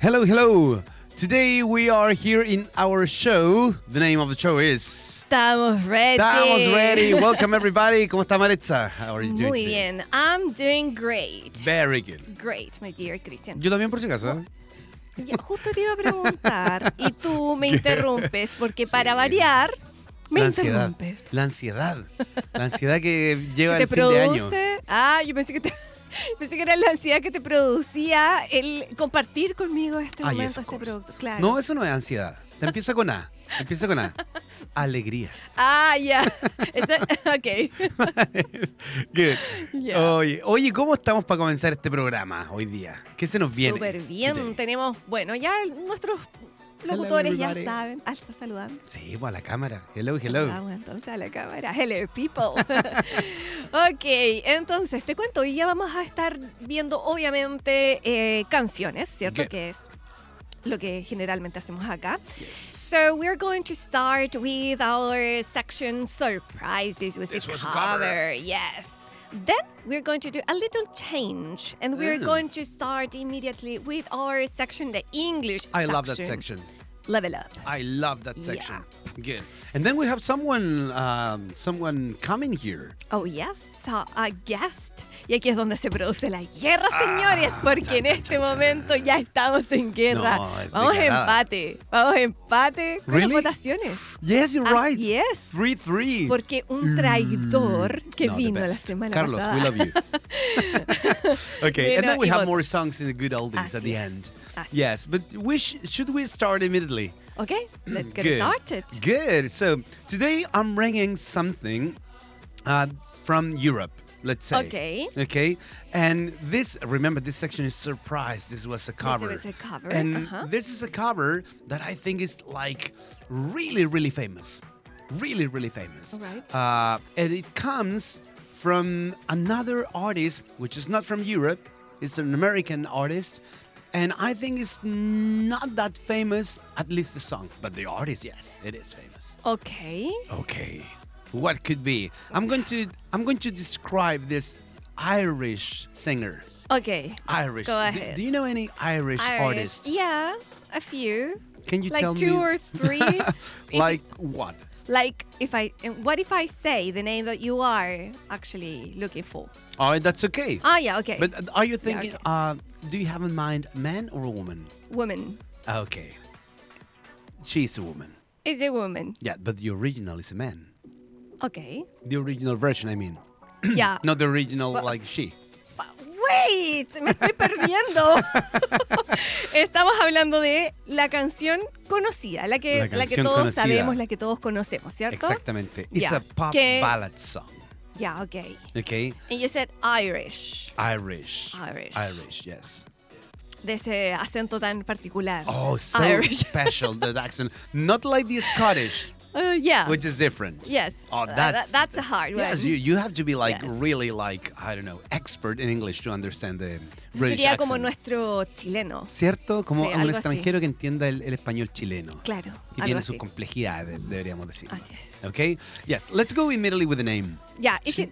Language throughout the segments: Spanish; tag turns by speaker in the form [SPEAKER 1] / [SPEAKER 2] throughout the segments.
[SPEAKER 1] Hello, hello. Today we are here in our show. The name of the show is
[SPEAKER 2] Estamos ready.
[SPEAKER 1] Estamos Ready. Welcome everybody. ¿Cómo está Maritza? How are you doing
[SPEAKER 2] Muy
[SPEAKER 1] today?
[SPEAKER 2] bien. I'm doing great.
[SPEAKER 1] Very good.
[SPEAKER 2] Great, my dear Christian.
[SPEAKER 1] Yo también por si acaso. ¿eh?
[SPEAKER 2] Ya, justo te iba a preguntar y tú me interrumpes porque para variar me
[SPEAKER 1] la ansiedad.
[SPEAKER 2] interrumpes.
[SPEAKER 1] La ansiedad. La ansiedad que lleva
[SPEAKER 2] Que
[SPEAKER 1] el fin de año.
[SPEAKER 2] produce? Ah, yo pensé que te- pensé que era la ansiedad que te producía el compartir conmigo este
[SPEAKER 1] Ah, yes,
[SPEAKER 2] momento,
[SPEAKER 1] of
[SPEAKER 2] este
[SPEAKER 1] course.
[SPEAKER 2] producto. Claro.
[SPEAKER 1] No, eso no es ansiedad. Te empieza con A. Empieza con A. Alegría.
[SPEAKER 2] Ah, ya. Esa- ok.
[SPEAKER 1] Good.
[SPEAKER 2] Ya.
[SPEAKER 1] Oye, oye, ¿cómo estamos para comenzar este programa hoy día? ¿Qué se nos viene?
[SPEAKER 2] Súper bien.
[SPEAKER 1] today?
[SPEAKER 2] Tenemos, bueno, ya nuestros
[SPEAKER 1] Hello,
[SPEAKER 2] locutores ya
[SPEAKER 1] everybody.
[SPEAKER 2] saben. Ah, está saludando.
[SPEAKER 1] Sí, pues a la cámara. Hello, hello.
[SPEAKER 2] Vamos entonces a la cámara. Hello, people. ok, entonces te cuento, hoy ya vamos a estar viendo, obviamente, eh, canciones, ¿cierto?
[SPEAKER 1] Good.
[SPEAKER 2] Que es lo que generalmente hacemos acá. So we're going to start with our section surprises with
[SPEAKER 1] This
[SPEAKER 2] a
[SPEAKER 1] was a
[SPEAKER 2] cover.
[SPEAKER 1] cover.
[SPEAKER 2] Yes. Then we're going to do a little change, and we're
[SPEAKER 1] Mm.
[SPEAKER 2] going to start immediately with our section, the English
[SPEAKER 1] I love that section.
[SPEAKER 2] Level up.
[SPEAKER 1] I love that
[SPEAKER 2] Yeah.
[SPEAKER 1] section. Good. And then we have someone, um, someone coming here.
[SPEAKER 2] Oh, yes, a, a guest. Y aquí es donde se produce la guerra, señores, porque
[SPEAKER 1] Ah, chan,
[SPEAKER 2] en
[SPEAKER 1] chan,
[SPEAKER 2] este
[SPEAKER 1] chan, chan.
[SPEAKER 2] momento ya estamos en guerra.
[SPEAKER 1] No, es
[SPEAKER 2] vamos a
[SPEAKER 1] declarada.
[SPEAKER 2] empate, vamos a empate con
[SPEAKER 1] Really?
[SPEAKER 2] las votaciones.
[SPEAKER 1] Yes, you're right.
[SPEAKER 2] Así es,
[SPEAKER 1] Three, three.
[SPEAKER 2] Ah, porque un traidor que
[SPEAKER 1] No, the
[SPEAKER 2] vino la
[SPEAKER 1] best.
[SPEAKER 2] semana
[SPEAKER 1] Carlos,
[SPEAKER 2] pasada.
[SPEAKER 1] we love you. okay, and
[SPEAKER 2] Bueno,
[SPEAKER 1] then we
[SPEAKER 2] y
[SPEAKER 1] have
[SPEAKER 2] vot-
[SPEAKER 1] more songs in the good oldies at
[SPEAKER 2] Así
[SPEAKER 1] the
[SPEAKER 2] es,
[SPEAKER 1] end.
[SPEAKER 2] así
[SPEAKER 1] Yes, but we sh- should we start immediately?
[SPEAKER 2] Ok, let's get
[SPEAKER 1] Good.
[SPEAKER 2] started.
[SPEAKER 1] Good. So today I'm bringing something uh, from Europe. Let's say.
[SPEAKER 2] Okay.
[SPEAKER 1] Okay. And this, remember, this section is surprise. This was a cover.
[SPEAKER 2] was a cover,
[SPEAKER 1] And
[SPEAKER 2] uh-huh.
[SPEAKER 1] this is a cover that I think is like really, really famous. Really, really famous.
[SPEAKER 2] Alright.
[SPEAKER 1] Uh, and it comes from another artist, which is not from Europe. It's an American artist. And I think it's not that famous, at least the song. But the artist, yes, it is famous.
[SPEAKER 2] Ok,
[SPEAKER 1] Okay. What could be? I'm going to I'm going to describe this Irish singer.
[SPEAKER 2] ok.
[SPEAKER 1] Irish.
[SPEAKER 2] Go
[SPEAKER 1] Do-
[SPEAKER 2] ahead.
[SPEAKER 1] Do you know any Irish,
[SPEAKER 2] Irish.
[SPEAKER 1] Ah, artist?
[SPEAKER 2] Yeah, a few.
[SPEAKER 1] Can you
[SPEAKER 2] like
[SPEAKER 1] tell
[SPEAKER 2] two
[SPEAKER 1] me-
[SPEAKER 2] or three. If-
[SPEAKER 1] Like what?
[SPEAKER 2] like if I, what if I say the name that you are actually looking for?
[SPEAKER 1] Oh, that's okay.
[SPEAKER 2] Ah, yeah, okay.
[SPEAKER 1] But are you thinking?
[SPEAKER 2] okay.
[SPEAKER 1] Uh, do you have in mind a man or a woman?
[SPEAKER 2] woman.
[SPEAKER 1] Okay. She's a woman.
[SPEAKER 2] Is a woman.
[SPEAKER 1] Yeah, but the original is a man.
[SPEAKER 2] Okay.
[SPEAKER 1] The original version, I mean.
[SPEAKER 2] yeah.
[SPEAKER 1] Not the original
[SPEAKER 2] Well-
[SPEAKER 1] like she.
[SPEAKER 2] Wait, me estoy perdiendo. Estamos hablando de la canción conocida, la que,
[SPEAKER 1] La
[SPEAKER 2] la que
[SPEAKER 1] canción
[SPEAKER 2] todos
[SPEAKER 1] conocida.
[SPEAKER 2] sabemos, la que todos conocemos, ¿cierto?
[SPEAKER 1] Exactamente. It's
[SPEAKER 2] Yeah.
[SPEAKER 1] a pop
[SPEAKER 2] Que-
[SPEAKER 1] ballad song.
[SPEAKER 2] Yeah, okay.
[SPEAKER 1] Okay.
[SPEAKER 2] And you said Irish.
[SPEAKER 1] Irish.
[SPEAKER 2] Irish.
[SPEAKER 1] Irish. Yes.
[SPEAKER 2] De ese acento tan particular.
[SPEAKER 1] Oh, so
[SPEAKER 2] Irish.
[SPEAKER 1] special that accent. Not like the Scottish,
[SPEAKER 2] Uh, yeah.
[SPEAKER 1] which is different.
[SPEAKER 2] Yes.
[SPEAKER 1] Oh,
[SPEAKER 2] Uh, that-
[SPEAKER 1] that's
[SPEAKER 2] that's a hard
[SPEAKER 1] Yes,
[SPEAKER 2] one.
[SPEAKER 1] you you have to be like
[SPEAKER 2] Yes.
[SPEAKER 1] really like I don't know expert in English to understand the British
[SPEAKER 2] Sería
[SPEAKER 1] accent.
[SPEAKER 2] como nuestro chileno.
[SPEAKER 1] Cierto, como
[SPEAKER 2] Sí,
[SPEAKER 1] a un
[SPEAKER 2] algo
[SPEAKER 1] extranjero que entienda el, el español chileno.
[SPEAKER 2] Claro,
[SPEAKER 1] Que
[SPEAKER 2] algo
[SPEAKER 1] tiene
[SPEAKER 2] así.
[SPEAKER 1] sus complejidades, deberíamos decir.
[SPEAKER 2] Así es.
[SPEAKER 1] Okay. Yes. Let's go immediately with the name.
[SPEAKER 2] Ya, is it-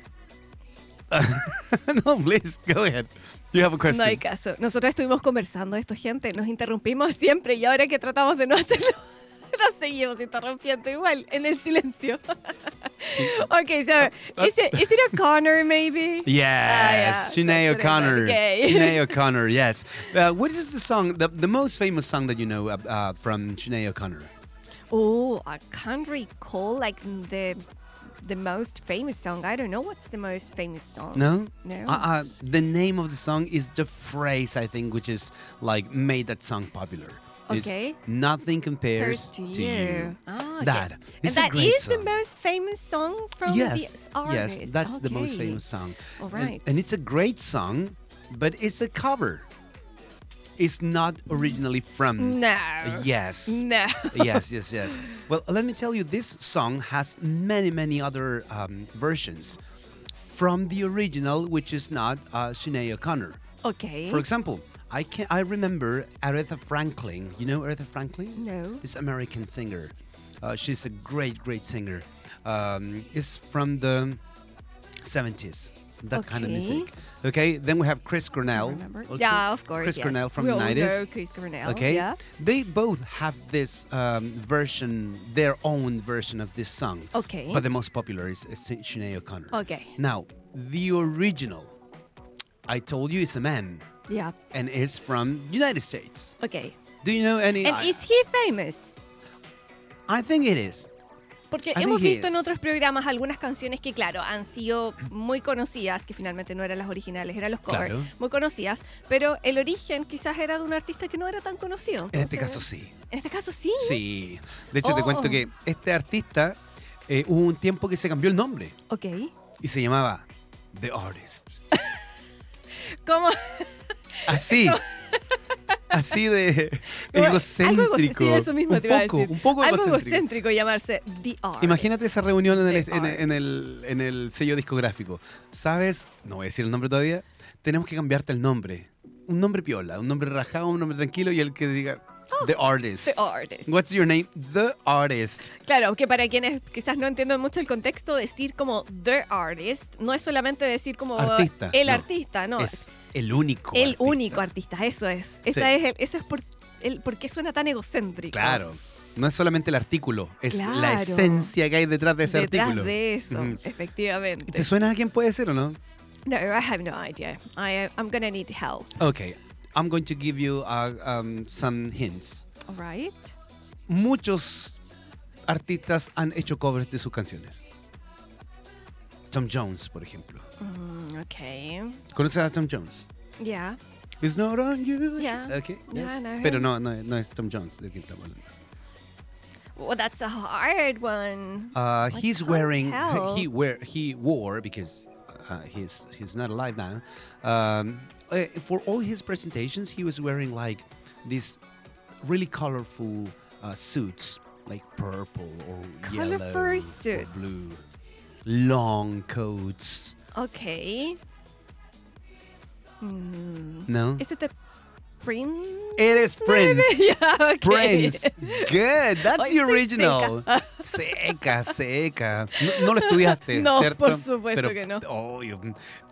[SPEAKER 1] no, please go ahead. You have a question.
[SPEAKER 2] no hay caso. Nosotros estuvimos conversando esto, gente, nos interrumpimos siempre y ahora que tratamos de no hacerlo, nos seguimos interrumpiendo igual, en el silencio. okay,
[SPEAKER 1] Ah,
[SPEAKER 2] so is it, is it O'Connor maybe?
[SPEAKER 1] Yes,
[SPEAKER 2] Ah, yeah,
[SPEAKER 1] Sinead
[SPEAKER 2] that's what I
[SPEAKER 1] O'Connor.
[SPEAKER 2] meant. Okay.
[SPEAKER 1] Sinead O'Connor, yes. Uh, what is the song, the, the most famous song that you know uh, uh, from Sinead O'Connor?
[SPEAKER 2] Oh, I can't recall like the the most famous song. I don't know what's the most famous song.
[SPEAKER 1] No?
[SPEAKER 2] No.
[SPEAKER 1] Uh, uh, the name of the song is the phrase, I think, which is like made that song popular. It's
[SPEAKER 2] Okay.
[SPEAKER 1] Nothing compares
[SPEAKER 2] Compares
[SPEAKER 1] to,
[SPEAKER 2] you.
[SPEAKER 1] you.
[SPEAKER 2] Ah, okay.
[SPEAKER 1] That
[SPEAKER 2] And
[SPEAKER 1] is a
[SPEAKER 2] that
[SPEAKER 1] great
[SPEAKER 2] is the
[SPEAKER 1] song.
[SPEAKER 2] most famous song from
[SPEAKER 1] yes,
[SPEAKER 2] the artist.
[SPEAKER 1] yes, that's the most
[SPEAKER 2] Okay.
[SPEAKER 1] famous song.
[SPEAKER 2] All
[SPEAKER 1] And-
[SPEAKER 2] right.
[SPEAKER 1] And, it's a great song, but it's a cover. It's not originally from.
[SPEAKER 2] No.
[SPEAKER 1] Yes.
[SPEAKER 2] No.
[SPEAKER 1] yes, yes, yes. Well, let me tell you, this song has many, many other um, versions from the original, which is not uh, Sinead O'Connor.
[SPEAKER 2] Okay.
[SPEAKER 1] For example, I can I remember Aretha Franklin. You know Aretha Franklin?
[SPEAKER 2] No.
[SPEAKER 1] This American singer. Uh, she's a great, great singer. Um, it's from the 70s. that kind of
[SPEAKER 2] Okay.
[SPEAKER 1] music. Okay, then we have Chris Cornell.
[SPEAKER 2] Remember?
[SPEAKER 1] also.
[SPEAKER 2] Yeah, of course.
[SPEAKER 1] Chris
[SPEAKER 2] yes.
[SPEAKER 1] Cornell from
[SPEAKER 2] we
[SPEAKER 1] the
[SPEAKER 2] all
[SPEAKER 1] 90s.
[SPEAKER 2] know Chris Cornell.
[SPEAKER 1] Okay,
[SPEAKER 2] Yeah.
[SPEAKER 1] they both have this um, version, their own version of this song.
[SPEAKER 2] Okay.
[SPEAKER 1] but the most popular is, is Sinead O'Connor.
[SPEAKER 2] Okay.
[SPEAKER 1] now the original, I told you, is a man
[SPEAKER 2] yeah.
[SPEAKER 1] and is from United States.
[SPEAKER 2] Okay.
[SPEAKER 1] Do you know any?
[SPEAKER 2] And
[SPEAKER 1] I,
[SPEAKER 2] is he famous?
[SPEAKER 1] I think it is.
[SPEAKER 2] Porque
[SPEAKER 1] I
[SPEAKER 2] hemos
[SPEAKER 1] think he
[SPEAKER 2] visto en
[SPEAKER 1] is.
[SPEAKER 2] otros programas algunas canciones que, claro, han sido muy conocidas, que finalmente no eran las originales, eran los covers,
[SPEAKER 1] Claro.
[SPEAKER 2] muy conocidas, pero el origen quizás era de un artista que no era tan conocido.
[SPEAKER 1] En este
[SPEAKER 2] entonces-
[SPEAKER 1] caso sí.
[SPEAKER 2] En este caso sí.
[SPEAKER 1] Sí. De hecho, te
[SPEAKER 2] Oh.
[SPEAKER 1] cuento que este artista eh, hubo un tiempo que se cambió el nombre
[SPEAKER 2] Ok.
[SPEAKER 1] y se llamaba The Artist.
[SPEAKER 2] ¿Cómo?
[SPEAKER 1] Así. Así de
[SPEAKER 2] Como
[SPEAKER 1] egocéntrico.
[SPEAKER 2] Algo egocéntrico. Sí, eso mismo
[SPEAKER 1] un
[SPEAKER 2] te
[SPEAKER 1] poco,
[SPEAKER 2] iba a decir.
[SPEAKER 1] Un poco
[SPEAKER 2] algo
[SPEAKER 1] egocéntrico.
[SPEAKER 2] egocéntrico llamarse The Art.
[SPEAKER 1] Imagínate esa reunión en el,
[SPEAKER 2] The
[SPEAKER 1] en,
[SPEAKER 2] Artist.
[SPEAKER 1] en el, en el sello discográfico. ¿Sabes? No voy a decir el nombre todavía. Tenemos que cambiarte el nombre. Un nombre piola, un nombre rajado, un nombre tranquilo y el que diga The Artist.
[SPEAKER 2] Oh, The Artist.
[SPEAKER 1] What's your name? The Artist.
[SPEAKER 2] Claro, que para quienes quizás no entiendan mucho el contexto, decir como The Artist no es solamente decir como
[SPEAKER 1] Artista,
[SPEAKER 2] el
[SPEAKER 1] no.
[SPEAKER 2] artista, no.
[SPEAKER 1] Es el único.
[SPEAKER 2] el
[SPEAKER 1] artista.
[SPEAKER 2] único artista, eso es. Esa es el- eso es por, el, por qué suena tan egocéntrico.
[SPEAKER 1] Claro. No es solamente el artículo, es la
[SPEAKER 2] Claro.
[SPEAKER 1] esencia que hay detrás de ese
[SPEAKER 2] Detrás
[SPEAKER 1] artículo.
[SPEAKER 2] de eso,
[SPEAKER 1] Ujú. Este
[SPEAKER 2] efectivamente.
[SPEAKER 1] ¿Te suena a quién puede ser o no?
[SPEAKER 2] No, I have no idea. I, I'm gonna need help,
[SPEAKER 1] Okay, I'm going to give you uh, um, some hints.
[SPEAKER 2] all right?
[SPEAKER 1] Muchos artistas han hecho covers de sus canciones. Tom Jones, por ejemplo.
[SPEAKER 2] Mm, okay.
[SPEAKER 1] ¿Conoces a Tom Jones?
[SPEAKER 2] Yeah.
[SPEAKER 1] It's not on you.
[SPEAKER 2] Yeah.
[SPEAKER 1] Okay,
[SPEAKER 2] Yeah,
[SPEAKER 1] yes.
[SPEAKER 2] I know him.
[SPEAKER 1] Pero no, no, no es Tom Jones del que estamos hablando.
[SPEAKER 2] Well, that's a hard one.
[SPEAKER 1] Uh,
[SPEAKER 2] I
[SPEAKER 1] he's
[SPEAKER 2] can't
[SPEAKER 1] wearing
[SPEAKER 2] tell.
[SPEAKER 1] he wear he wore because uh, he's he's not alive now. Um, eh, for all his presentations, he was wearing like these really colorful uh, suits, like purple or
[SPEAKER 2] Colorful
[SPEAKER 1] yellow
[SPEAKER 2] suits.
[SPEAKER 1] or blue, long coats.
[SPEAKER 2] Okay. Mm.
[SPEAKER 1] No,
[SPEAKER 2] Is it the prince?
[SPEAKER 1] it is Prince.
[SPEAKER 2] yeah, okay.
[SPEAKER 1] Prince, good. That's
[SPEAKER 2] Ay,
[SPEAKER 1] the
[SPEAKER 2] soy
[SPEAKER 1] original. Seca, seca. No, no lo estudiaste,
[SPEAKER 2] No,
[SPEAKER 1] ¿cierto?
[SPEAKER 2] por supuesto
[SPEAKER 1] Pero,
[SPEAKER 2] que no.
[SPEAKER 1] obvio.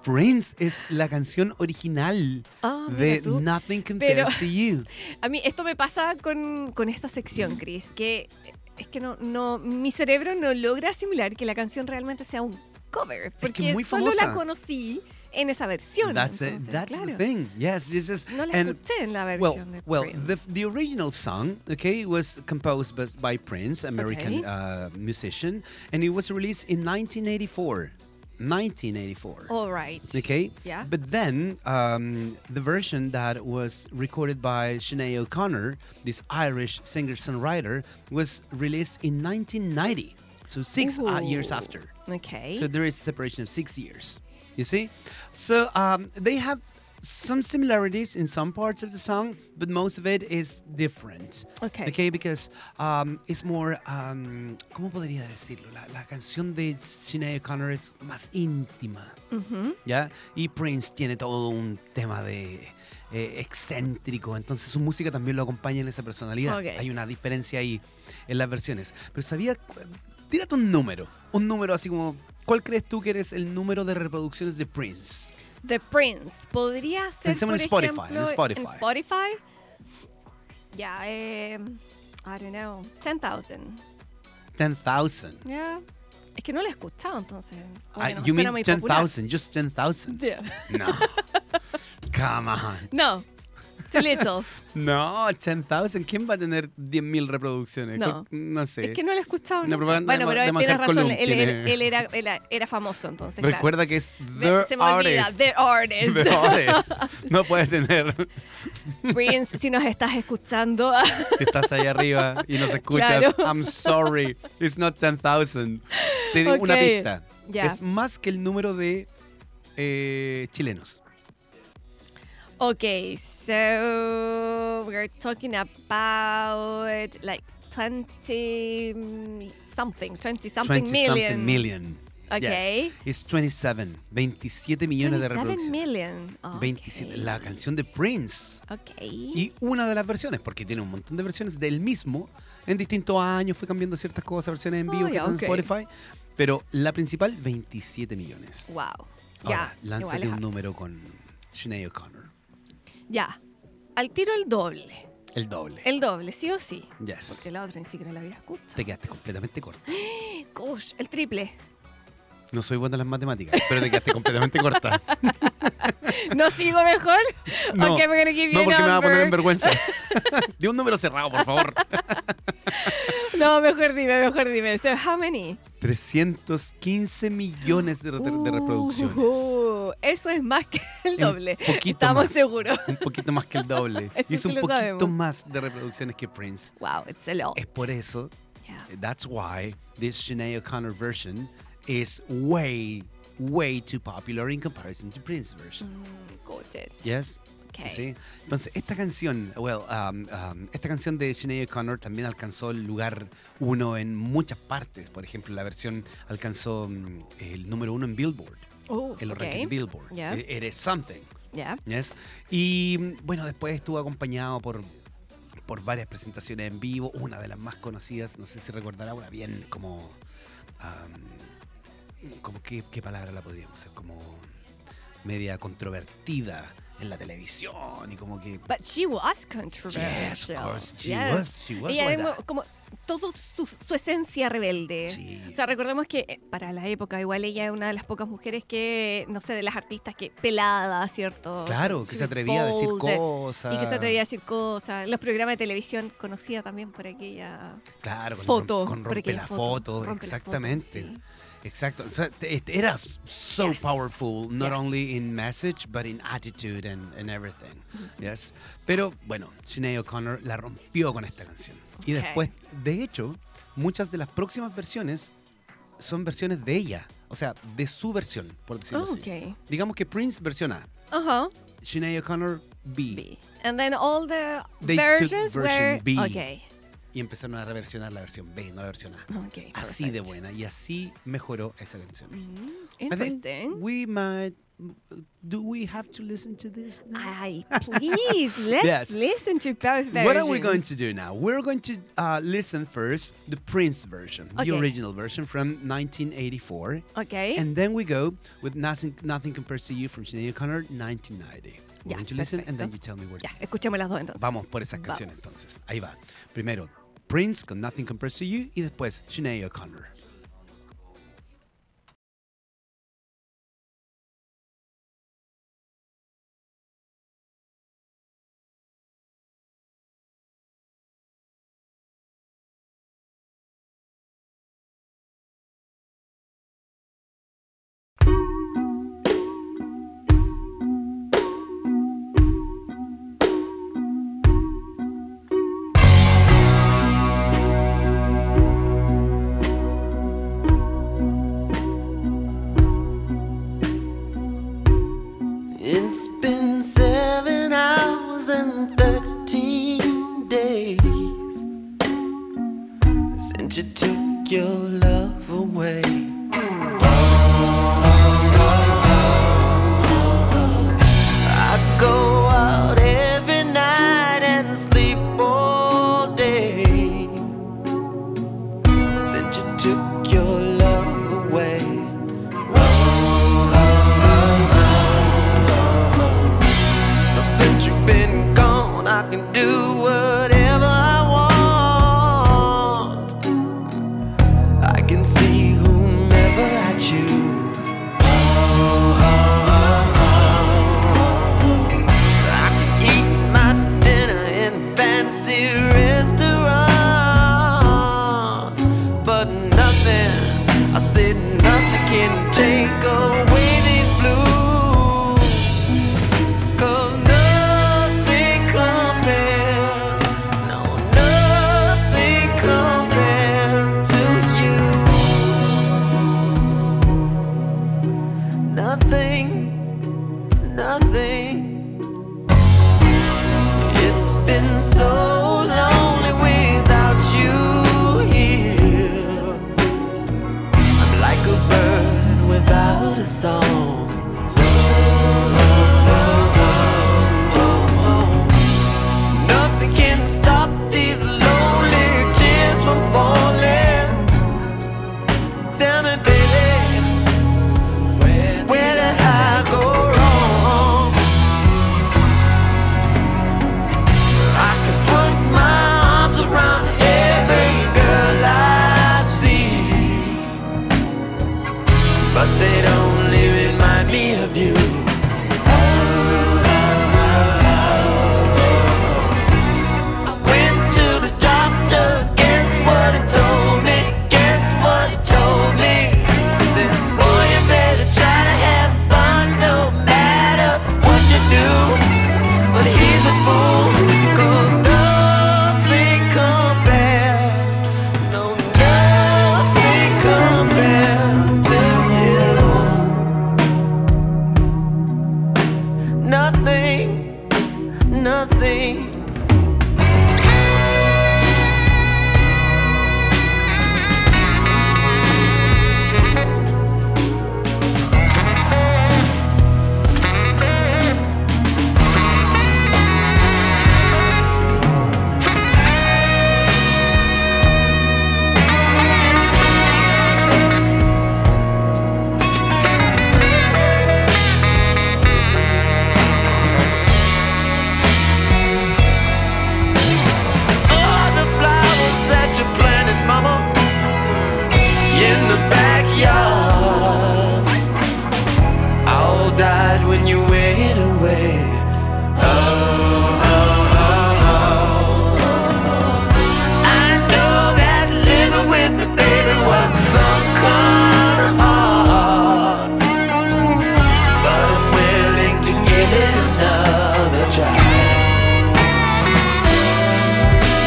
[SPEAKER 1] Prince es la canción original
[SPEAKER 2] Ah, mira
[SPEAKER 1] de
[SPEAKER 2] tú.
[SPEAKER 1] Nothing Compares
[SPEAKER 2] Pero-
[SPEAKER 1] to You.
[SPEAKER 2] A mí esto me pasa con, con esta sección, Chris, que es que no, no, mi cerebro no logra asimilar que la canción realmente sea un cover, porque
[SPEAKER 1] muy
[SPEAKER 2] solo la
[SPEAKER 1] famosa.
[SPEAKER 2] conocí en esa versión.
[SPEAKER 1] That's it.
[SPEAKER 2] entonces,
[SPEAKER 1] That's
[SPEAKER 2] claro,
[SPEAKER 1] the thing. Yes, this is.
[SPEAKER 2] No la
[SPEAKER 1] and
[SPEAKER 2] escuché en la
[SPEAKER 1] well,
[SPEAKER 2] versión de
[SPEAKER 1] well,
[SPEAKER 2] Prince.
[SPEAKER 1] the the original song, okay, was composed by, by Prince, American
[SPEAKER 2] Okay.
[SPEAKER 1] uh, musician, and it was released in 1984. 1984.
[SPEAKER 2] All right.
[SPEAKER 1] Okay.
[SPEAKER 2] Yeah.
[SPEAKER 1] But then um, the version that was recorded by Sinead O'Connor, this Irish singer-songwriter, was released in 1990. So six uh, years
[SPEAKER 2] Ooh.
[SPEAKER 1] after.
[SPEAKER 2] Okay.
[SPEAKER 1] So there is separation of six years. You see? So um, they have some similarities in some parts of the song, but most of it is different.
[SPEAKER 2] Okay.
[SPEAKER 1] Okay, because um, it's more. Um, ¿Cómo podría decirlo? La, la canción de Sinead O'Connor es más íntima.
[SPEAKER 2] Ujú.
[SPEAKER 1] ¿ya? Y Prince tiene todo un tema de eh, excéntrico, entonces su música también lo acompaña en esa personalidad.
[SPEAKER 2] Ok.
[SPEAKER 1] Hay una diferencia ahí en las versiones. Pero sabía, cu- tírate un número, un número así como, ¿cuál crees tú que eres el número de reproducciones de Prince?
[SPEAKER 2] The Prince. Podría ser,
[SPEAKER 1] Pensemos en
[SPEAKER 2] por
[SPEAKER 1] Spotify, en
[SPEAKER 2] ejemplo,
[SPEAKER 1] Spotify.
[SPEAKER 2] en Spotify. Ya, eh, I don't know, 10,000.
[SPEAKER 1] 10,000.
[SPEAKER 2] Ya. Es que no la he escuchado, entonces.
[SPEAKER 1] Ah,
[SPEAKER 2] Bueno,
[SPEAKER 1] you
[SPEAKER 2] suena
[SPEAKER 1] mean
[SPEAKER 2] muy popular.
[SPEAKER 1] 10,000, just 10,000?
[SPEAKER 2] Yeah.
[SPEAKER 1] No. Come on.
[SPEAKER 2] No, too little.
[SPEAKER 1] No, 10,000. ¿Quién va a tener 10.000 reproducciones?
[SPEAKER 2] No.
[SPEAKER 1] No sé.
[SPEAKER 2] Es que no la he escuchado.
[SPEAKER 1] este, Una
[SPEAKER 2] nunca.
[SPEAKER 1] propaganda de
[SPEAKER 2] bueno,
[SPEAKER 1] Ma-
[SPEAKER 2] pero
[SPEAKER 1] de
[SPEAKER 2] tienes
[SPEAKER 1] Macar
[SPEAKER 2] razón.
[SPEAKER 1] Colum
[SPEAKER 2] Él, él-
[SPEAKER 1] tiene-
[SPEAKER 2] él era, él era- era famoso, entonces. claro.
[SPEAKER 1] Recuerda que es
[SPEAKER 2] Ve-
[SPEAKER 1] The
[SPEAKER 2] se me
[SPEAKER 1] Artist.
[SPEAKER 2] olvida, The Artist.
[SPEAKER 1] The Artist. No puedes tener.
[SPEAKER 2] Prince, si nos estás escuchando.
[SPEAKER 1] Si estás ahí arriba y nos escuchas,
[SPEAKER 2] Claro.
[SPEAKER 1] I'm sorry. It's not 10,000. Te digo una
[SPEAKER 2] Ok,
[SPEAKER 1] pista.
[SPEAKER 2] ya.
[SPEAKER 1] Es más que el número de eh, chilenos.
[SPEAKER 2] ok, so we're talking about like 20 something, 20 something
[SPEAKER 1] 20
[SPEAKER 2] million.
[SPEAKER 1] something million.
[SPEAKER 2] Ok.
[SPEAKER 1] Yes. It's 27. 27 millones de
[SPEAKER 2] 27
[SPEAKER 1] reproducciones.
[SPEAKER 2] million. ok.
[SPEAKER 1] 27. La canción de Prince.
[SPEAKER 2] Ok.
[SPEAKER 1] Y una de las versiones, porque tiene un montón de versiones del mismo. En distintos años fue cambiando ciertas cosas, versiones en vivo
[SPEAKER 2] Ah,
[SPEAKER 1] que
[SPEAKER 2] ya,
[SPEAKER 1] están
[SPEAKER 2] ok.
[SPEAKER 1] en Spotify. Pero la principal, 27 millones.
[SPEAKER 2] Wow.
[SPEAKER 1] Ahora,
[SPEAKER 2] ya. igual
[SPEAKER 1] lánzate
[SPEAKER 2] es
[SPEAKER 1] un
[SPEAKER 2] harto.
[SPEAKER 1] número con Sinead O'Connor.
[SPEAKER 2] Ya. Al tiro el doble.
[SPEAKER 1] El doble.
[SPEAKER 2] El doble, sí o sí.
[SPEAKER 1] Yes.
[SPEAKER 2] Porque la otra ni siquiera la había escuchado.
[SPEAKER 1] Te quedaste completamente corta.
[SPEAKER 2] Gosh, el triple.
[SPEAKER 1] No soy buena en las matemáticas, pero te quedaste completamente corta.
[SPEAKER 2] ¿No sigo mejor?
[SPEAKER 1] No,
[SPEAKER 2] Okay, we're gonna give you
[SPEAKER 1] No,
[SPEAKER 2] a
[SPEAKER 1] porque me va a poner en
[SPEAKER 2] number.
[SPEAKER 1] vergüenza. Di un número cerrado, por favor.
[SPEAKER 2] No, mejor dime, mejor dime. So, how many?
[SPEAKER 1] 315 millones de, re- de reproducciones.
[SPEAKER 2] Uh, eso es más que el
[SPEAKER 1] Un
[SPEAKER 2] doble.
[SPEAKER 1] poquito
[SPEAKER 2] Estamos
[SPEAKER 1] más.
[SPEAKER 2] seguros.
[SPEAKER 1] Un poquito más que el doble.
[SPEAKER 2] Eso
[SPEAKER 1] Hizo
[SPEAKER 2] sí
[SPEAKER 1] un
[SPEAKER 2] lo
[SPEAKER 1] poquito
[SPEAKER 2] sabemos.
[SPEAKER 1] más de reproducciones que Prince.
[SPEAKER 2] Wow, it's a lot.
[SPEAKER 1] Es por eso,
[SPEAKER 2] Yeah.
[SPEAKER 1] that's why this Sinead O'Connor version is way, way too popular in comparison to Prince version.
[SPEAKER 2] Mm, got it.
[SPEAKER 1] Yes?
[SPEAKER 2] Okay.
[SPEAKER 1] Sí. Entonces, esta canción, well, um, um, esta canción de Sinead O'Connor también alcanzó el lugar uno en muchas partes. Por ejemplo, la versión alcanzó mm, el número uno en Billboard,
[SPEAKER 2] Oh,
[SPEAKER 1] en los rankings
[SPEAKER 2] okay.
[SPEAKER 1] Billboard.
[SPEAKER 2] Yeah.
[SPEAKER 1] It, it is something.
[SPEAKER 2] Yeah.
[SPEAKER 1] Yes. Y mm, bueno, después estuvo acompañado por por varias presentaciones en vivo, una de las más conocidas, no sé si recordará, una bien como... um, como ¿qué, ¿Qué palabra la podríamos usar? Como media controvertida en la televisión y como que...
[SPEAKER 2] But she was
[SPEAKER 1] Yes,
[SPEAKER 2] controversial.
[SPEAKER 1] of course. She
[SPEAKER 2] Yes.
[SPEAKER 1] was, she was
[SPEAKER 2] Ella
[SPEAKER 1] like
[SPEAKER 2] como-
[SPEAKER 1] that.
[SPEAKER 2] como todo su, su esencia rebelde.
[SPEAKER 1] Sí.
[SPEAKER 2] O sea, recordemos que eh, para la época igual ella es una de las pocas mujeres que, no sé, de las artistas que pelada, ¿cierto?
[SPEAKER 1] Claro,
[SPEAKER 2] She
[SPEAKER 1] que se
[SPEAKER 2] was
[SPEAKER 1] atrevía a decir
[SPEAKER 2] bold, eh,
[SPEAKER 1] cosas.
[SPEAKER 2] Y que se atrevía a decir cosas. Los programas de televisión conocida también por aquella
[SPEAKER 1] Claro, con,
[SPEAKER 2] foto.
[SPEAKER 1] rom- con
[SPEAKER 2] por
[SPEAKER 1] rompe
[SPEAKER 2] aquella
[SPEAKER 1] la foto,
[SPEAKER 2] rompe la foto,
[SPEAKER 1] exactamente.
[SPEAKER 2] sí.
[SPEAKER 1] Exacto. O sea, te- it- era s- so
[SPEAKER 2] Yes.
[SPEAKER 1] powerful, not
[SPEAKER 2] Yes.
[SPEAKER 1] only in message, but in attitude and, and everything. Yes. Pero bueno, Sinead O'Connor la rompió con esta canción. Y
[SPEAKER 2] Ok.
[SPEAKER 1] después, de hecho, muchas de las próximas versiones son versiones de ella. O sea, de su versión, por decirlo así.
[SPEAKER 2] Oh, Ok.
[SPEAKER 1] Digamos que Prince versión A,
[SPEAKER 2] Ajá.
[SPEAKER 1] Sinead O'Connor B,
[SPEAKER 2] B. And then all the
[SPEAKER 1] They took
[SPEAKER 2] versions
[SPEAKER 1] version
[SPEAKER 2] were...
[SPEAKER 1] B.
[SPEAKER 2] Ok.
[SPEAKER 1] Y empezaron a reversionar la versión B, no la versión A.
[SPEAKER 2] Ok,
[SPEAKER 1] Así de
[SPEAKER 2] perfect.
[SPEAKER 1] buena. Y así mejoró esa canción.
[SPEAKER 2] Mm,
[SPEAKER 1] I think
[SPEAKER 2] Interesting.
[SPEAKER 1] we might. Do we have to listen to this? now?
[SPEAKER 2] Ay, please, let's
[SPEAKER 1] Yes.
[SPEAKER 2] listen to both Ah, versions.
[SPEAKER 1] What are we going to do now? We're going to uh, listen first the Prince version, the
[SPEAKER 2] Okay.
[SPEAKER 1] original version from 1984,
[SPEAKER 2] Okay.
[SPEAKER 1] and then we go with nothing. Nothing compares to you from Sinead O'Connor, 1990. We're
[SPEAKER 2] Ya,
[SPEAKER 1] going to listen, and then
[SPEAKER 2] perfecto.
[SPEAKER 1] you tell me where. it's
[SPEAKER 2] ya, escuchemos las dos entonces.
[SPEAKER 1] Vamos pues. por esas canciones
[SPEAKER 2] Vamos.
[SPEAKER 1] entonces. Ahí va. Primero Prince con Nothing Compares to You y después Sinead O'Connor.
[SPEAKER 3] It's been seven hours and thirteen days since you took your love away. I go out every night and sleep all day since you took your love away. Since you've been gone, I can do whatever I want. I can see whomever I choose. I can eat my dinner in fancy restaurants, but nothing, I said nothing can take away these blues. Cause nothing compares, no, nothing compares to you. Nothing, nothing. It's been so lonely without you here. I'm like a bird without a song. Nothing can stop these lonely tears from falling. Tell me, baby, where to hide?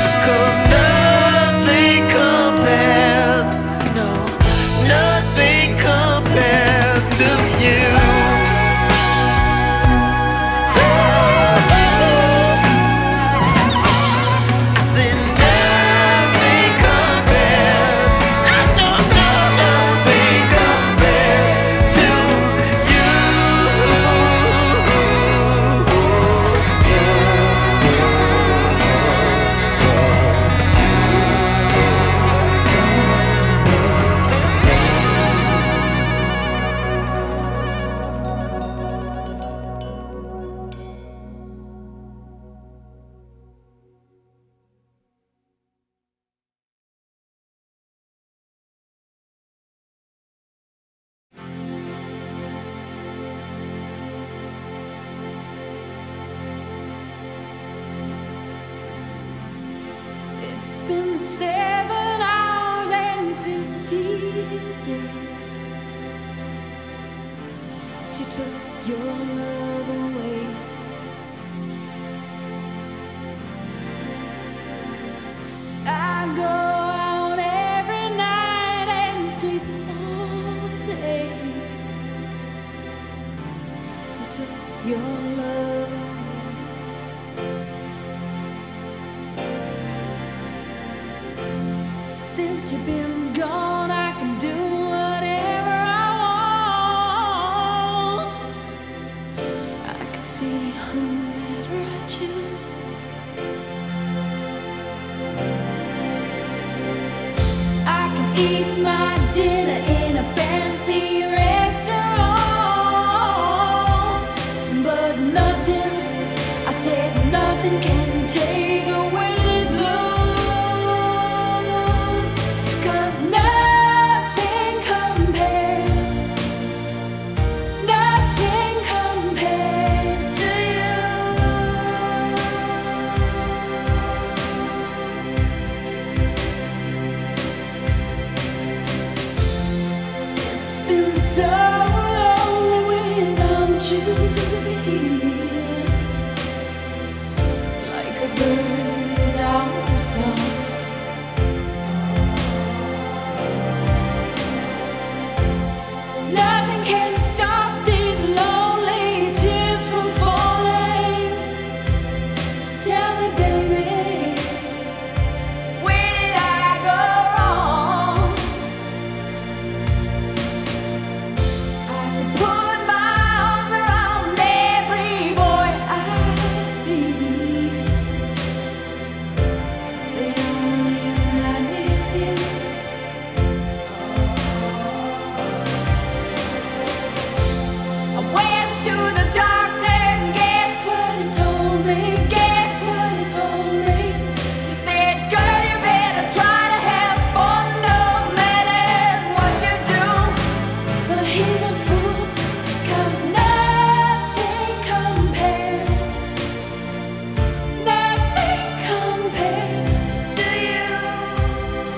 [SPEAKER 3] Oh,
[SPEAKER 4] It's been seven hours and fifteen days since you took your love away. I go out every night and sleep all day since you took your love away. Since you've been gone, I can do whatever I want. I can see whomever I choose. I can eat my dinner in a fancy restaurant, but nothing, I said nothing can take away these blues. 'Cause nothing compares, nothing compares to you. It's been so lonely without you here. Like a bird without a song. Nothing can stop these lonely tears from falling. Tell me, baby, where did I go wrong? I can put my arms around every boy I see. They only remind me of you. I went to the doctor and guess what he told me? Guess what he told me? He said, "Girl, you better try to have fun, no matter what you do." But he's a fool, 'cause nothing compares, nothing compares to you.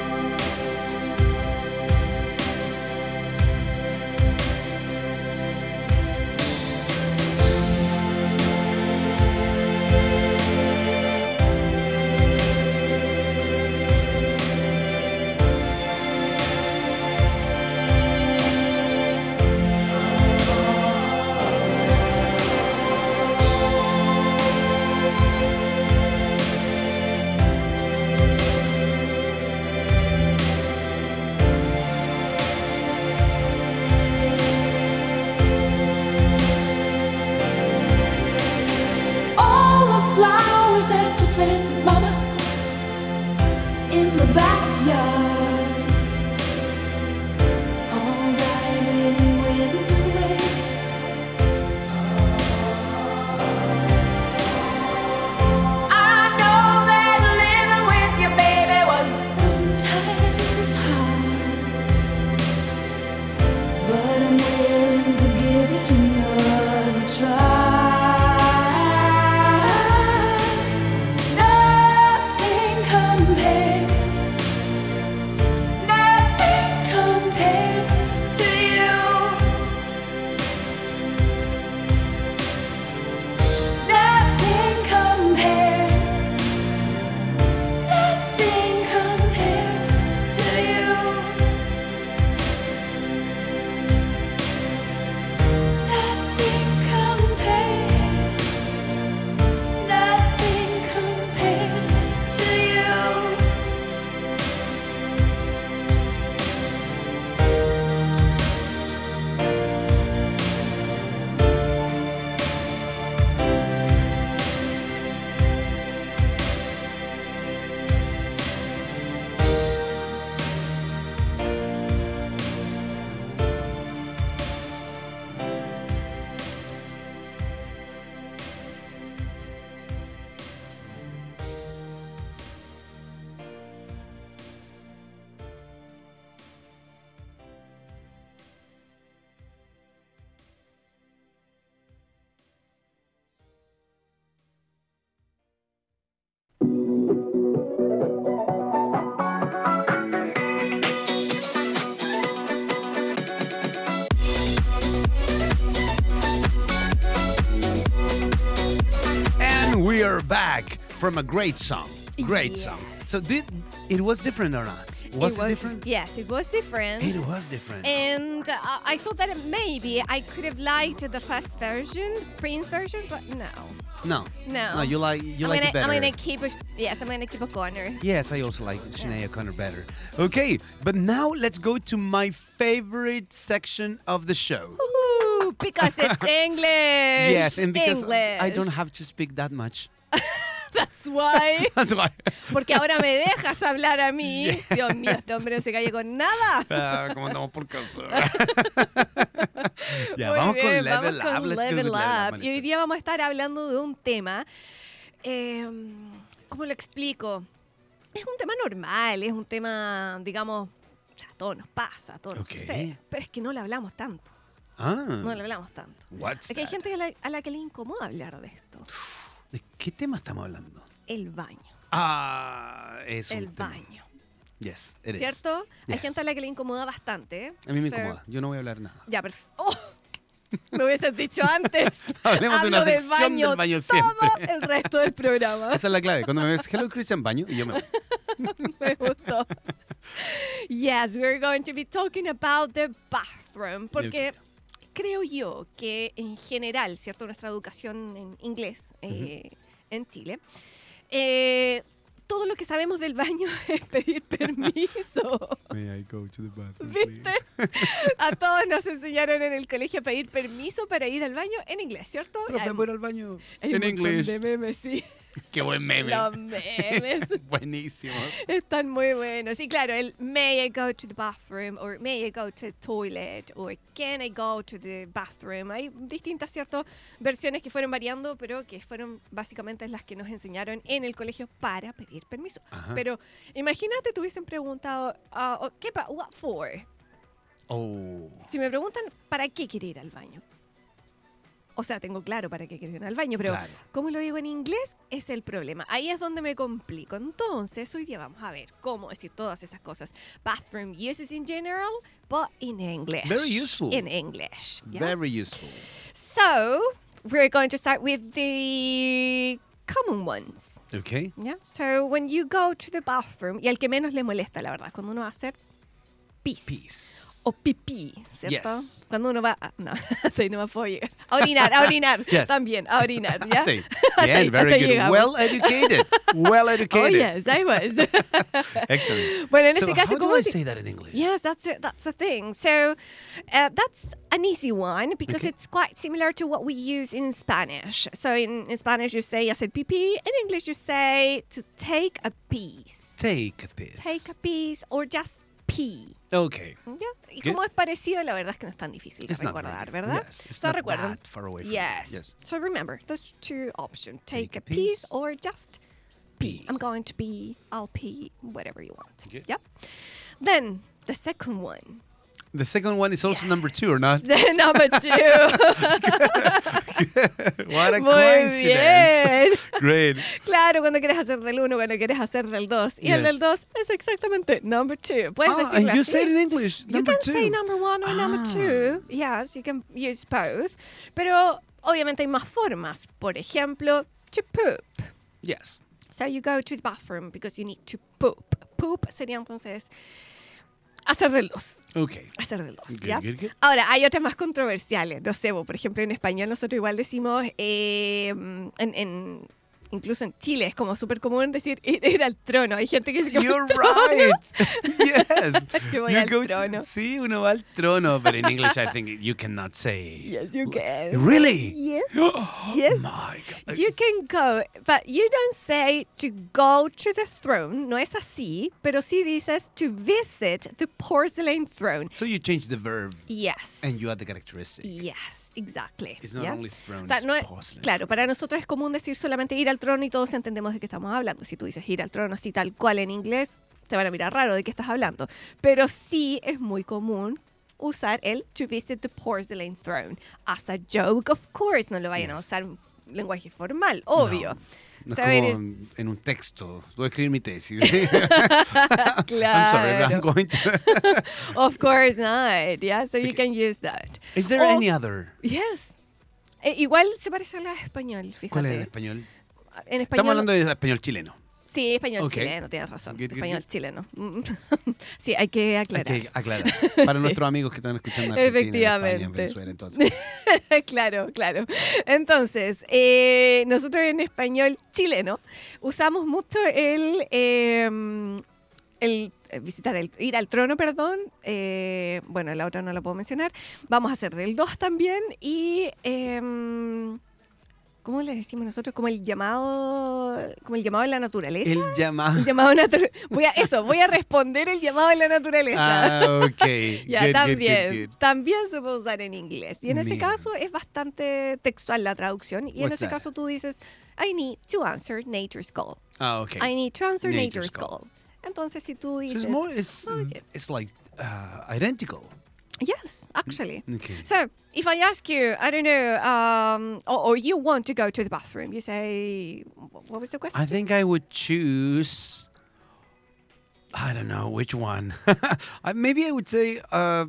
[SPEAKER 4] All the flowers that you planted, Mama, in the backyard, all died when you went away. I know that living with you, baby, was sometimes hard, but I'm willing to give it another try. Nothing compares.
[SPEAKER 1] from a great song. Great song. So did it was different or not? Was it, different?
[SPEAKER 2] Yes, it was different.
[SPEAKER 1] It was different.
[SPEAKER 2] And uh, I thought that maybe I could have liked the first version, Prince version, but no,
[SPEAKER 1] no.
[SPEAKER 2] no.
[SPEAKER 1] No, you like you
[SPEAKER 2] I'm
[SPEAKER 1] like
[SPEAKER 2] gonna,
[SPEAKER 1] it better.
[SPEAKER 2] I'm gonna keep a, yes, I'm gonna keep a corner.
[SPEAKER 1] Yes, I also like Shania
[SPEAKER 2] Yes.
[SPEAKER 1] Connor better. Okay, but now let's go to my favorite section of the show.
[SPEAKER 2] Ooh, because it's English.
[SPEAKER 1] Yes, and because
[SPEAKER 2] English.
[SPEAKER 1] I don't have to speak that much.
[SPEAKER 2] That's why.
[SPEAKER 1] That's why.
[SPEAKER 2] Porque ahora me dejas hablar a mí. Dios mío, este hombre no se calle con nada.
[SPEAKER 1] Ah, ¿Cómo andamos por casa? ya,
[SPEAKER 2] Muy
[SPEAKER 1] vamos
[SPEAKER 2] bien,
[SPEAKER 1] con Level
[SPEAKER 2] vamos
[SPEAKER 1] Up.
[SPEAKER 2] con
[SPEAKER 1] Let's go
[SPEAKER 2] Level
[SPEAKER 1] with
[SPEAKER 2] Up.
[SPEAKER 1] Level Up.
[SPEAKER 2] Y hoy día vamos a estar hablando de un tema. eh, ¿Cómo lo explico? Es un tema normal, es un tema, digamos, ya todo nos pasa, todo nos
[SPEAKER 1] Ok.
[SPEAKER 2] sucede. Pero es que no lo hablamos tanto.
[SPEAKER 1] Ah,
[SPEAKER 2] No lo hablamos tanto.
[SPEAKER 1] what's
[SPEAKER 2] Es que hay
[SPEAKER 1] that?
[SPEAKER 2] gente a la, a la que le incomoda hablar de esto.
[SPEAKER 1] ¿De qué tema estamos hablando?
[SPEAKER 2] El baño.
[SPEAKER 1] Ah, es
[SPEAKER 2] El
[SPEAKER 1] un tema.
[SPEAKER 2] baño.
[SPEAKER 1] Yes, it is.
[SPEAKER 2] ¿Cierto? Hay
[SPEAKER 1] Yes.
[SPEAKER 2] gente a la que le incomoda bastante. ¿eh?
[SPEAKER 1] A mí me
[SPEAKER 2] O sea,
[SPEAKER 1] incomoda. Yo no voy a hablar nada.
[SPEAKER 2] Ya, perfecto. Me hubieses dicho antes.
[SPEAKER 1] Hablemos de una
[SPEAKER 2] Hablo del
[SPEAKER 1] sección del baño
[SPEAKER 2] todo
[SPEAKER 1] siempre.
[SPEAKER 2] el resto del programa.
[SPEAKER 1] Esa es la clave. Cuando me ves, hello Christian Baño, y yo me voy.
[SPEAKER 2] Me gustó. Yes, we're going to be talking about the bathroom. Porque creo yo que en general, ¿cierto? Nuestra educación en inglés eh, en Chile. eh, todo lo que sabemos del baño es pedir permiso.
[SPEAKER 1] May I go to the bathroom,
[SPEAKER 2] ¿Viste? A todos nos enseñaron en el colegio a pedir permiso para ir al baño en inglés, ¿cierto?
[SPEAKER 1] Profe,
[SPEAKER 2] Hay-
[SPEAKER 1] voy al baño.
[SPEAKER 2] hay un montón De memes, sí.
[SPEAKER 1] Qué buen meme.
[SPEAKER 2] Los memes
[SPEAKER 1] Buenísimo.
[SPEAKER 2] están muy buenos. Y claro, el may I go to the bathroom or may I go to the toilet or can I go to the bathroom. Hay distintas, ¿cierto? Versiones que fueron variando, pero que fueron básicamente las que nos enseñaron en el colegio para pedir permiso.
[SPEAKER 1] Ajá.
[SPEAKER 2] Pero imagínate, te hubiesen preguntado, ah, oh, ¿qué pa- what for?
[SPEAKER 1] Oh.
[SPEAKER 2] Si me preguntan, ¿para qué quiere ir al baño? O sea, tengo claro para qué quiere ir al baño, pero
[SPEAKER 1] Claro.
[SPEAKER 2] como lo digo en inglés, es el problema. Ahí es donde me complico. Entonces, hoy día vamos a ver cómo decir todas esas cosas. Bathroom uses in general, but in English.
[SPEAKER 1] Very useful.
[SPEAKER 2] In English. yes?
[SPEAKER 1] Very useful.
[SPEAKER 2] So, we're going to start with the common ones.
[SPEAKER 1] Okay.
[SPEAKER 2] Yeah? So, when you go to the bathroom, y al que menos le molesta, la verdad, es cuando uno va a hacer pis
[SPEAKER 1] Peace.
[SPEAKER 2] o pipí, ¿cierto?
[SPEAKER 1] Yes.
[SPEAKER 2] Cuando uno va a, no, hasta ahí no me puedo llegar. A orinar, a orinar.
[SPEAKER 1] Yes.
[SPEAKER 2] También, a orinar, ¿ya?
[SPEAKER 1] Bien,
[SPEAKER 2] Hasta ahí-
[SPEAKER 1] very
[SPEAKER 2] hasta ahí
[SPEAKER 1] good.
[SPEAKER 2] llegamos.
[SPEAKER 1] Well educated. Well
[SPEAKER 2] Oh,
[SPEAKER 1] educated.
[SPEAKER 2] yes, I was.
[SPEAKER 1] Excellent.
[SPEAKER 2] Bueno, en
[SPEAKER 1] so
[SPEAKER 2] ese caso,
[SPEAKER 1] how do
[SPEAKER 2] ¿cómo
[SPEAKER 1] I
[SPEAKER 2] di-
[SPEAKER 1] say that in English?
[SPEAKER 2] Yes, that's it. That's the thing. So uh, that's an easy one because
[SPEAKER 1] Okay.
[SPEAKER 2] it's quite similar to what we use in Spanish. So in, in Spanish, you say hacer pipí. In English, you say to take a piece.
[SPEAKER 1] Take a piss.
[SPEAKER 2] Take a piece or just pee.
[SPEAKER 1] Okay.
[SPEAKER 2] ¿Ya? Y
[SPEAKER 1] Good.
[SPEAKER 2] como es parecido, la verdad es que no es tan difícil de
[SPEAKER 1] It's not very
[SPEAKER 2] recordar,
[SPEAKER 1] difficult.
[SPEAKER 2] ¿verdad?
[SPEAKER 1] Yes, it's
[SPEAKER 2] So
[SPEAKER 1] not
[SPEAKER 2] recuerden.
[SPEAKER 1] that far away from
[SPEAKER 2] yes.
[SPEAKER 1] it. Yes.
[SPEAKER 2] So remember, there's two options. Take,
[SPEAKER 1] Take
[SPEAKER 2] a
[SPEAKER 1] a
[SPEAKER 2] piece
[SPEAKER 1] piece.
[SPEAKER 2] or just pee.
[SPEAKER 1] Pee.
[SPEAKER 2] I'm going to pee, I'll pee, whatever you want.
[SPEAKER 1] Good.
[SPEAKER 2] Yep. Then the second one.
[SPEAKER 1] The second one is also number two, or not?
[SPEAKER 2] The number two.
[SPEAKER 1] what a
[SPEAKER 2] Muy
[SPEAKER 1] coincidence.
[SPEAKER 2] bien.
[SPEAKER 1] Great.
[SPEAKER 2] Claro, cuando quieres hacer del uno, cuando quieres hacer del dos. Y el
[SPEAKER 1] Yes.
[SPEAKER 2] del dos es exactamente number two. Puedes
[SPEAKER 1] Ah,
[SPEAKER 2] decirlo
[SPEAKER 1] and you
[SPEAKER 2] así.
[SPEAKER 1] said in English,
[SPEAKER 2] You
[SPEAKER 1] number
[SPEAKER 2] can
[SPEAKER 1] two.
[SPEAKER 2] say number one or number
[SPEAKER 1] Ah.
[SPEAKER 2] two. Yes, you can use both. Pero obviamente hay más formas. Por ejemplo, to poop.
[SPEAKER 1] Yes.
[SPEAKER 2] So you go to the bathroom because you need to poop. Poop sería entonces hacer de los.
[SPEAKER 1] Okay.
[SPEAKER 2] Hacer de los.
[SPEAKER 1] Good,
[SPEAKER 2] ¿ya?
[SPEAKER 1] good, good.
[SPEAKER 2] Ahora, hay otras más controversiales. No sé, vos, por ejemplo, en español nosotros igual decimos, eh, en, en- incluso en Chile es como súper común decir ir, ir al trono. Hay gente que dice que va al
[SPEAKER 1] You're
[SPEAKER 2] trono.
[SPEAKER 1] right. yes.
[SPEAKER 2] Que voy
[SPEAKER 1] you
[SPEAKER 2] al
[SPEAKER 1] go to-
[SPEAKER 2] trono.
[SPEAKER 1] sí, uno va al trono, but in English I think you cannot say.
[SPEAKER 2] Yes, you can.
[SPEAKER 1] Really?
[SPEAKER 2] Yes.
[SPEAKER 1] Oh,
[SPEAKER 2] Yes.
[SPEAKER 1] My God.
[SPEAKER 2] You can go, but you don't say to go to the throne, no es así, pero sí dices to visit the porcelain throne.
[SPEAKER 1] So you change the verb
[SPEAKER 2] Yes.
[SPEAKER 1] and you add the characteristic.
[SPEAKER 2] Yes, exactly.
[SPEAKER 1] It's not
[SPEAKER 2] ¿ya?
[SPEAKER 1] only throne,
[SPEAKER 2] O sea,
[SPEAKER 1] it's
[SPEAKER 2] no es-
[SPEAKER 1] porcelain
[SPEAKER 2] claro,
[SPEAKER 1] throne.
[SPEAKER 2] para nosotros es común decir solamente ir al trono y todos entendemos de qué estamos hablando. Si tú dices ir al trono así tal cual en inglés, te van a mirar raro de qué estás hablando. Pero sí es muy común usar el to visit the porcelain throne. As a joke, of course, no lo vayan a
[SPEAKER 1] Yes.
[SPEAKER 2] usar en lenguaje formal, obvio.
[SPEAKER 1] No es
[SPEAKER 2] So
[SPEAKER 1] como
[SPEAKER 2] it is-
[SPEAKER 1] en un texto. Voy a escribir mi tesis. I'm sorry, but I'm
[SPEAKER 2] Claro.
[SPEAKER 1] going to.
[SPEAKER 2] Of course not. Yeah, so you
[SPEAKER 1] Okay.
[SPEAKER 2] can use that.
[SPEAKER 1] Is there
[SPEAKER 2] O-
[SPEAKER 1] any other?
[SPEAKER 2] Yes. Eh, igual se parece a la español, fíjate.
[SPEAKER 1] ¿Cuál es el español?
[SPEAKER 2] en español.
[SPEAKER 1] Estamos hablando de español chileno.
[SPEAKER 2] Sí, español
[SPEAKER 1] Ok.
[SPEAKER 2] chileno, tienes razón.
[SPEAKER 1] Good, good,
[SPEAKER 2] español
[SPEAKER 1] good.
[SPEAKER 2] chileno. Mm. sí, hay que
[SPEAKER 1] Hay
[SPEAKER 2] aclarar.
[SPEAKER 1] que aclarar. Para
[SPEAKER 2] Sí.
[SPEAKER 1] nuestros amigos que están escuchando en Argentina, en España, en
[SPEAKER 2] Efectivamente.
[SPEAKER 1] Venezuela, entonces.
[SPEAKER 2] claro, claro. Entonces, eh, nosotros en español chileno usamos mucho el, eh, el eh, visitar el ir al trono, perdón. eh, bueno, la otra no la puedo mencionar. Vamos a hacer del 2 también y em, ¿cómo le decimos nosotros? Como el llamado, como el llamado de la naturaleza.
[SPEAKER 1] El llamado.
[SPEAKER 2] El llamado natu- voy a eso, voy a responder el llamado de la naturaleza.
[SPEAKER 1] Ah, ok.
[SPEAKER 2] Ya,
[SPEAKER 1] Good, good,
[SPEAKER 2] también.
[SPEAKER 1] good, good.
[SPEAKER 2] También se puede usar en inglés. Y en ese
[SPEAKER 1] Bien.
[SPEAKER 2] caso es bastante textual la traducción. Y en
[SPEAKER 1] What's
[SPEAKER 2] ese
[SPEAKER 1] that?
[SPEAKER 2] caso tú dices, I need to answer nature's call.
[SPEAKER 1] Ah, ok.
[SPEAKER 2] I need to answer
[SPEAKER 1] Nature's
[SPEAKER 2] nature's,
[SPEAKER 1] call.
[SPEAKER 2] call. Entonces si tú
[SPEAKER 1] So it's
[SPEAKER 2] dices,
[SPEAKER 1] more, it's,
[SPEAKER 2] Oh, Okay.
[SPEAKER 1] it's like uh, identical.
[SPEAKER 2] yes, actually.
[SPEAKER 1] Okay.
[SPEAKER 2] So if I ask you, I don't know, um, or, or you want to go to the bathroom, you say, what was the question?
[SPEAKER 1] I think I would choose. I don't know which one. I- Maybe I would say. Uh,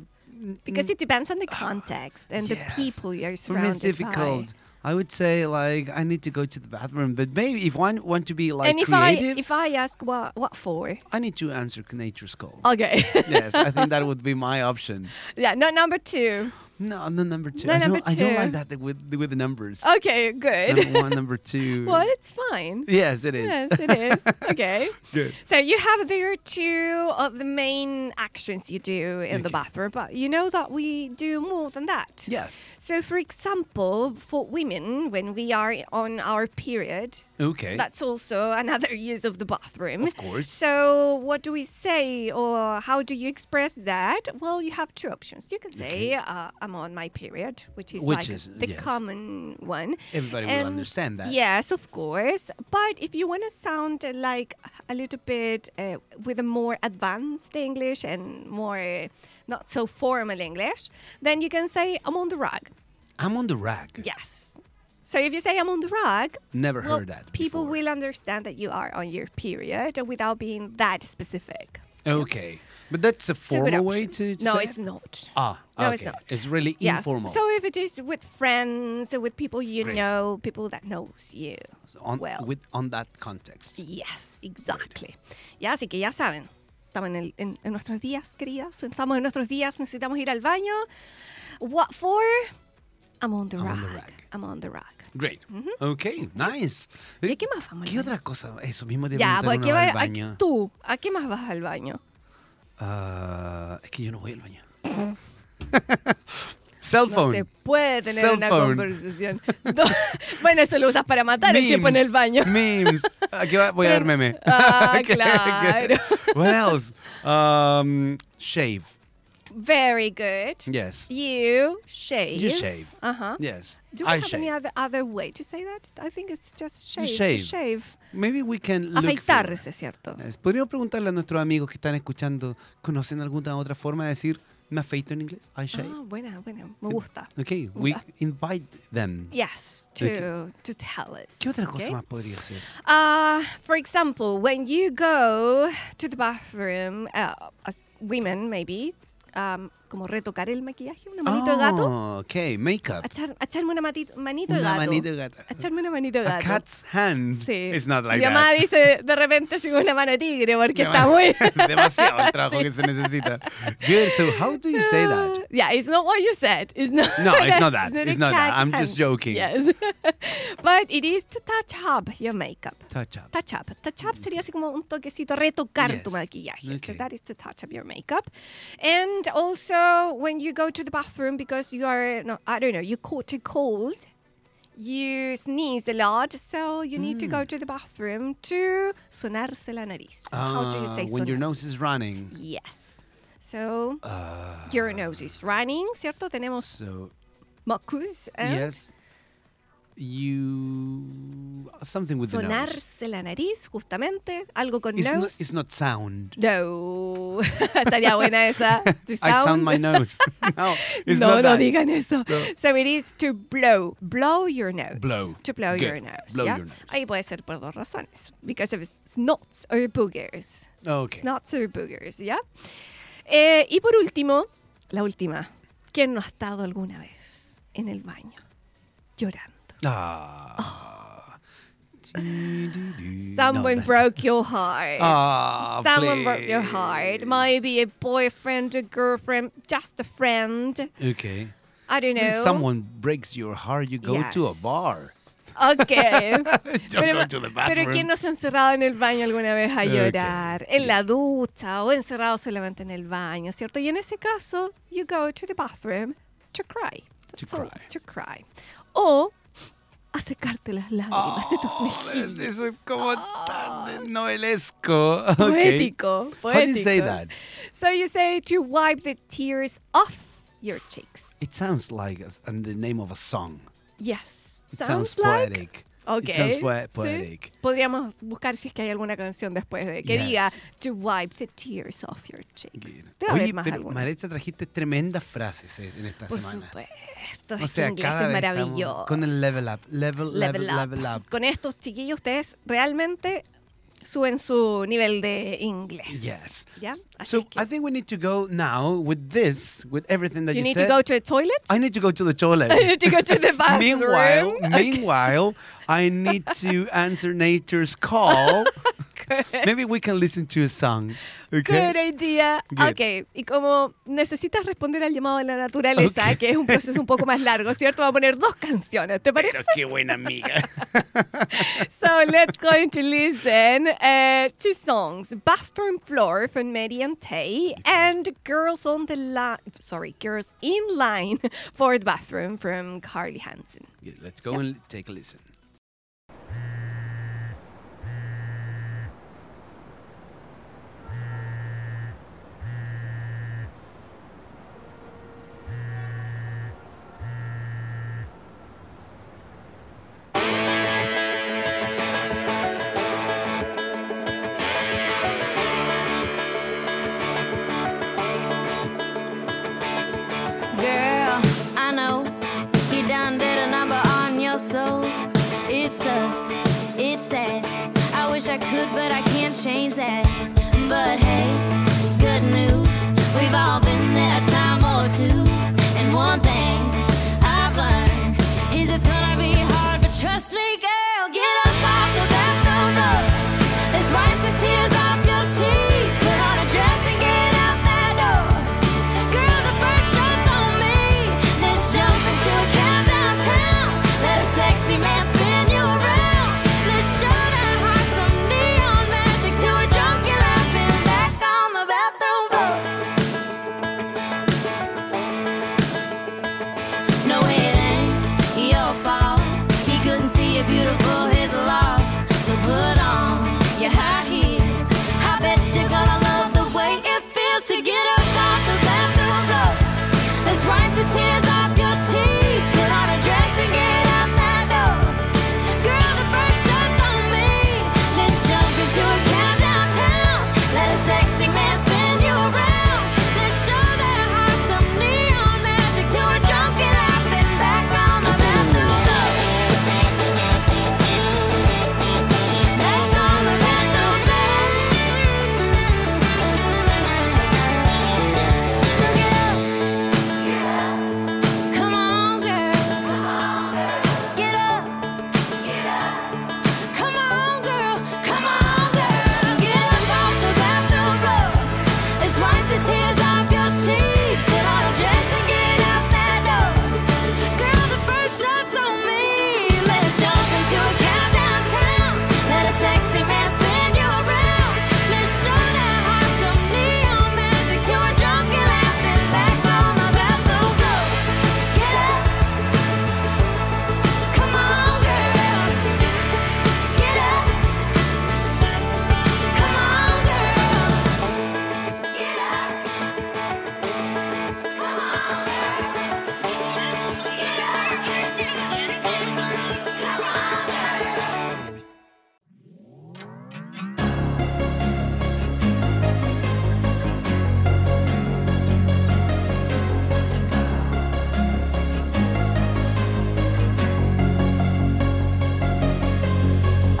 [SPEAKER 2] because it depends on the context and
[SPEAKER 1] Ah, yes.
[SPEAKER 2] the people you're
[SPEAKER 1] for me,
[SPEAKER 2] surrounded
[SPEAKER 1] it's difficult.
[SPEAKER 2] by.
[SPEAKER 1] I would say like I need to go to the bathroom, but maybe if one want to be like
[SPEAKER 2] and if
[SPEAKER 1] creative,
[SPEAKER 2] I if I ask what what for,
[SPEAKER 1] I need to answer nature's call.
[SPEAKER 2] okay,
[SPEAKER 1] yes, I think that would be my option.
[SPEAKER 2] yeah, no number two.
[SPEAKER 1] No, no number two.
[SPEAKER 2] No,
[SPEAKER 1] I,
[SPEAKER 2] number
[SPEAKER 1] don't, I don't like
[SPEAKER 2] two. Oh,
[SPEAKER 1] that th- with with the numbers.
[SPEAKER 2] Okay, good.
[SPEAKER 1] Number one, number two.
[SPEAKER 2] well, it's fine.
[SPEAKER 1] Yes, it is.
[SPEAKER 2] Yes, it is. Okay.
[SPEAKER 1] Good.
[SPEAKER 2] So you have there two of the main actions you do in the
[SPEAKER 1] Okay.
[SPEAKER 2] bathroom, but you know that we do more than that.
[SPEAKER 1] Yes.
[SPEAKER 2] So, for example, for women, when we are on our period,
[SPEAKER 1] Okay.
[SPEAKER 2] that's also another use of the bathroom.
[SPEAKER 1] Of course.
[SPEAKER 2] So, what do we say or how do you express that? Well, you have two options. You can
[SPEAKER 1] Okay.
[SPEAKER 2] say, uh, I'm on my period, which is
[SPEAKER 1] Which
[SPEAKER 2] like
[SPEAKER 1] is-
[SPEAKER 2] the
[SPEAKER 1] yes.
[SPEAKER 2] common one.
[SPEAKER 1] Everybody will
[SPEAKER 2] And
[SPEAKER 1] understand that.
[SPEAKER 2] Yes, of course. But if you want to sound uh, like a little bit uh, with a more advanced English and more uh, not so formal English, then you can say, I'm on the rug.
[SPEAKER 1] I'm on the rack.
[SPEAKER 2] Yes. So if you say I'm on the rug,
[SPEAKER 1] Never
[SPEAKER 2] well,
[SPEAKER 1] heard that.
[SPEAKER 2] People
[SPEAKER 1] before.
[SPEAKER 2] will understand that you are on your period without being that specific.
[SPEAKER 1] Okay, but that's a
[SPEAKER 2] It's a good
[SPEAKER 1] formal way
[SPEAKER 2] option.
[SPEAKER 1] to. to
[SPEAKER 2] No,
[SPEAKER 1] say
[SPEAKER 2] it's
[SPEAKER 1] it?
[SPEAKER 2] not.
[SPEAKER 1] Ah,
[SPEAKER 2] No,
[SPEAKER 1] okay.
[SPEAKER 2] it's not.
[SPEAKER 1] really
[SPEAKER 2] Yes.
[SPEAKER 1] informal.
[SPEAKER 2] So if it is with friends, with people you
[SPEAKER 1] Great.
[SPEAKER 2] know, people that knows you.
[SPEAKER 1] on,
[SPEAKER 2] well.
[SPEAKER 1] with, on that context.
[SPEAKER 2] Yes, exactly. Ya, así que ya saben. Estamos en, el- en- en nuestros días, queridas. Estamos en nuestros días. Necesitamos ir al baño. What for? I'm on the
[SPEAKER 1] I'm
[SPEAKER 2] rug.
[SPEAKER 1] on the rug.
[SPEAKER 2] I'm on the rug.
[SPEAKER 1] Great. Okay, nice.
[SPEAKER 2] ¿Y
[SPEAKER 1] Eh,
[SPEAKER 2] a qué más vamos al
[SPEAKER 1] ¿Qué
[SPEAKER 2] baño?
[SPEAKER 1] otra cosa? Eso mismo de
[SPEAKER 2] Ya,
[SPEAKER 1] preguntar
[SPEAKER 2] ¿por
[SPEAKER 1] uno
[SPEAKER 2] qué
[SPEAKER 1] va al
[SPEAKER 2] va- a-
[SPEAKER 1] baño.
[SPEAKER 2] tú? ¿A qué más vas al baño?
[SPEAKER 1] Ah, es que yo no voy al baño. Cell
[SPEAKER 2] No
[SPEAKER 1] phone.
[SPEAKER 2] se puede tener
[SPEAKER 1] Cell
[SPEAKER 2] una
[SPEAKER 1] phone.
[SPEAKER 2] conversación. Do- bueno, eso lo usas para matar el tiempo en el
[SPEAKER 1] Memes,
[SPEAKER 2] baño.
[SPEAKER 1] Memes. Aquí va- voy a ver
[SPEAKER 2] Pero-
[SPEAKER 1] meme.
[SPEAKER 2] Ah,
[SPEAKER 1] Ok, ok.
[SPEAKER 2] claro.
[SPEAKER 1] What else? Um, shave.
[SPEAKER 2] Very good.
[SPEAKER 1] Yes.
[SPEAKER 2] You shave.
[SPEAKER 1] You shave.
[SPEAKER 2] Uh-huh.
[SPEAKER 1] Yes.
[SPEAKER 2] Do we
[SPEAKER 1] I
[SPEAKER 2] have any
[SPEAKER 1] shave.
[SPEAKER 2] other, other way to say that? I think it's just shave. to
[SPEAKER 1] shave.
[SPEAKER 2] shave.
[SPEAKER 1] Maybe we can look for- Eh,
[SPEAKER 2] Afeitarse, ¿cierto?
[SPEAKER 1] Es- Podríamos preguntarle a nuestros amigos que están escuchando, ¿conocen alguna otra forma de decir me afeito en inglés? I shave.
[SPEAKER 2] Ah, buena, buena. Me gusta.
[SPEAKER 1] Okay, we
[SPEAKER 2] gusta.
[SPEAKER 1] invite them.
[SPEAKER 2] Yes, to,
[SPEAKER 1] Ok.
[SPEAKER 2] to tell us.
[SPEAKER 1] ¿Qué otra cosa
[SPEAKER 2] okay?
[SPEAKER 1] más podría ser?
[SPEAKER 2] Uh, for example, when you go to the bathroom, uh, as women maybe, um, como retocar el maquillaje, una manito de gato.
[SPEAKER 1] Ah, okay, makeup.
[SPEAKER 2] A echar- a echarme una matito- manito de
[SPEAKER 1] Una
[SPEAKER 2] gato.
[SPEAKER 1] manito de gato.
[SPEAKER 2] A echarme una manito de
[SPEAKER 1] A
[SPEAKER 2] gato.
[SPEAKER 1] cat's hand.
[SPEAKER 2] Sí.
[SPEAKER 1] It's not like
[SPEAKER 2] Mi mamá
[SPEAKER 1] that.
[SPEAKER 2] dice de repente sin una mano de tigre porque
[SPEAKER 1] Dema-
[SPEAKER 2] está muy...
[SPEAKER 1] Demasiado el trabajo que se necesita. Good, so how do you say that?
[SPEAKER 2] Yeah, it's not what you said. It's not.
[SPEAKER 1] No, it's not that.
[SPEAKER 2] a
[SPEAKER 1] It's not that.
[SPEAKER 2] cat
[SPEAKER 1] I'm just
[SPEAKER 2] hand.
[SPEAKER 1] joking.
[SPEAKER 2] Yes. But it is to touch up your makeup.
[SPEAKER 1] Touch up.
[SPEAKER 2] Touch up. Touch up sería así como un toquecito, retocar tu
[SPEAKER 1] Yes.
[SPEAKER 2] maquillaje. So
[SPEAKER 1] Okay.
[SPEAKER 2] that is to touch up your makeup. And also when you go to the bathroom because you are, no, I don't know, you caught a cold, you sneeze a lot, so you need to
[SPEAKER 1] Mm.
[SPEAKER 2] go to the bathroom to sonarse la nariz. How do you
[SPEAKER 1] Ah,
[SPEAKER 2] say
[SPEAKER 1] When your
[SPEAKER 2] sonarse?
[SPEAKER 1] nose is running.
[SPEAKER 2] Yes. So
[SPEAKER 1] Ah.
[SPEAKER 2] your nose is running, ¿cierto? Tenemos ¿eh?
[SPEAKER 1] So,
[SPEAKER 2] mucus and
[SPEAKER 1] yes. You. Something with the nose.
[SPEAKER 2] sonarse la nariz, justamente, algo con
[SPEAKER 1] It's,
[SPEAKER 2] nose.
[SPEAKER 1] not, it's not sound.
[SPEAKER 2] No, uh, estaría buena esa. To
[SPEAKER 1] I sound my nose. no, it's
[SPEAKER 2] no,
[SPEAKER 1] not
[SPEAKER 2] no
[SPEAKER 1] that.
[SPEAKER 2] digan eso.
[SPEAKER 1] No.
[SPEAKER 2] So it is to blow, blow your nose.
[SPEAKER 1] Blow.
[SPEAKER 2] To blow
[SPEAKER 1] Good.
[SPEAKER 2] your nose.
[SPEAKER 1] Blow
[SPEAKER 2] ¿ya?
[SPEAKER 1] your nose.
[SPEAKER 2] Ahí puede ser por dos razones. Because of snots or boogers.
[SPEAKER 1] Okay.
[SPEAKER 2] Snots or boogers, ¿ya? Eh, y por último, la última. ¿Quién no ha estado alguna vez en el baño llorando?
[SPEAKER 1] Ah.
[SPEAKER 2] Someone
[SPEAKER 1] No, that-
[SPEAKER 2] broke your heart.
[SPEAKER 1] Ah,
[SPEAKER 2] Someone broke your heart. Might be a boyfriend, a girlfriend, just a friend.
[SPEAKER 1] Okay.
[SPEAKER 2] I don't
[SPEAKER 1] If
[SPEAKER 2] know.
[SPEAKER 1] someone breaks your heart, you go to a
[SPEAKER 2] Yes.
[SPEAKER 1] bar.
[SPEAKER 2] Ok.
[SPEAKER 1] go to the
[SPEAKER 2] pero
[SPEAKER 1] bathroom.
[SPEAKER 2] ¿quién no se ha encerrado en el baño alguna vez a llorar? En la ducha o encerrado solamente en el baño, ¿cierto? Y en ese caso, you go to the bathroom to cry.
[SPEAKER 1] To
[SPEAKER 2] That's all,
[SPEAKER 1] cry.
[SPEAKER 2] to cry. O a secarte las lágrimas de
[SPEAKER 1] Oh,
[SPEAKER 2] tus mejillas.
[SPEAKER 1] Eso es Ah, como tan novelesco. Okay.
[SPEAKER 2] Ah. Poético, poético.
[SPEAKER 1] How do you say that?
[SPEAKER 2] So you say to wipe the tears off your cheeks.
[SPEAKER 1] It sounds like a, and the name of a song.
[SPEAKER 2] Yes.
[SPEAKER 1] It
[SPEAKER 2] Sounds,
[SPEAKER 1] sounds,
[SPEAKER 2] like
[SPEAKER 1] poetic.
[SPEAKER 2] Ok.
[SPEAKER 1] It sounds poe-
[SPEAKER 2] sí.
[SPEAKER 1] poetic.
[SPEAKER 2] Podríamos buscar si es que hay alguna canción después de que
[SPEAKER 1] Yes.
[SPEAKER 2] diga To wipe the tears off your cheeks.
[SPEAKER 1] Bien.
[SPEAKER 2] Debe
[SPEAKER 1] Oye,
[SPEAKER 2] haber más
[SPEAKER 1] pero
[SPEAKER 2] alguna.
[SPEAKER 1] Maritza trajiste tremendas frases eh, en esta
[SPEAKER 2] Por
[SPEAKER 1] semana.
[SPEAKER 2] supuesto,
[SPEAKER 1] o sea,
[SPEAKER 2] este inglés
[SPEAKER 1] cada
[SPEAKER 2] es
[SPEAKER 1] vez estamos
[SPEAKER 2] maravilloso.
[SPEAKER 1] Con el level up, level, level, level up.
[SPEAKER 2] Con estos chiquillos ustedes realmente suben su nivel de inglés.
[SPEAKER 1] Yes.
[SPEAKER 2] ¿Ya? Así
[SPEAKER 1] So
[SPEAKER 2] es que-
[SPEAKER 1] I think we need to go now with this, with everything that
[SPEAKER 2] you
[SPEAKER 1] you,
[SPEAKER 2] need
[SPEAKER 1] said.
[SPEAKER 2] to go to the toilet.
[SPEAKER 1] I need to go to the
[SPEAKER 2] you need
[SPEAKER 1] toilet.
[SPEAKER 2] to go to the bathroom.
[SPEAKER 1] meanwhile, meanwhile, I need to answer nature's call.
[SPEAKER 2] Correct.
[SPEAKER 1] Maybe we can listen to a song. Okay.
[SPEAKER 2] Good idea.
[SPEAKER 1] Good.
[SPEAKER 2] Ok, y como necesitas responder al llamado de la naturaleza, que es un proceso un poco más largo, ¿cierto? Va a poner dos canciones, ¿te parece?
[SPEAKER 1] qué buena amiga.
[SPEAKER 2] So let's going to listen uh, two songs, Bathroom Floor from Maddie and Tay and Girls on the Line, sorry, Girls in Line for the Bathroom from Carly Hansen.
[SPEAKER 1] Let's go and take a listen.
[SPEAKER 4] Girl, I know he done did a number on your soul. It sucks, it's sad. I wish I could, but I can't change that. But hey, good news, we've all been there a time or two. And one thing I've learned is it's gonna be hard, but trust me, girl, get up off the bathroom floor. Let's wipe the tears off your cheeks. Put on a dress and get out that door. Girl, the first shot's on me. Let's jump into a cab downtown. Let a sexy man spin you around. Let's show that heart some neon magic to a drunken laughing back on the bathroom floor. No, it ain't your fault. He couldn't see you beautiful, his loss. So put on your high heels. I bet you're gonna love the way it feels to get up off the bathroom floor. Let's wipe the tears off your cheeks. Put on a dress and get out that door. Girl, the first shot's on me. Let's jump into a cab downtown. Let a sexy man spin you around. Let's show their hearts some neon magic to a drunken laughing back on the bathroom floor. Back on the bathroom floor. So get up. Come on, girl. Get up. Come on, girl. Come on, girl. Get up off the bathroom floor. Let's wipe the tears off your cheeks. Put on a dress and get out that door. Girl, the first shot's on me. Let's jump into a cab downtown. Let a sexy man spin you around. Let's show that heart some neon magic to a drunken laughing back on the bathroom floor. Get up. Come on, girl. Get up. Come on, girl. Get up. Come on, girl. Get up. Come on, girl.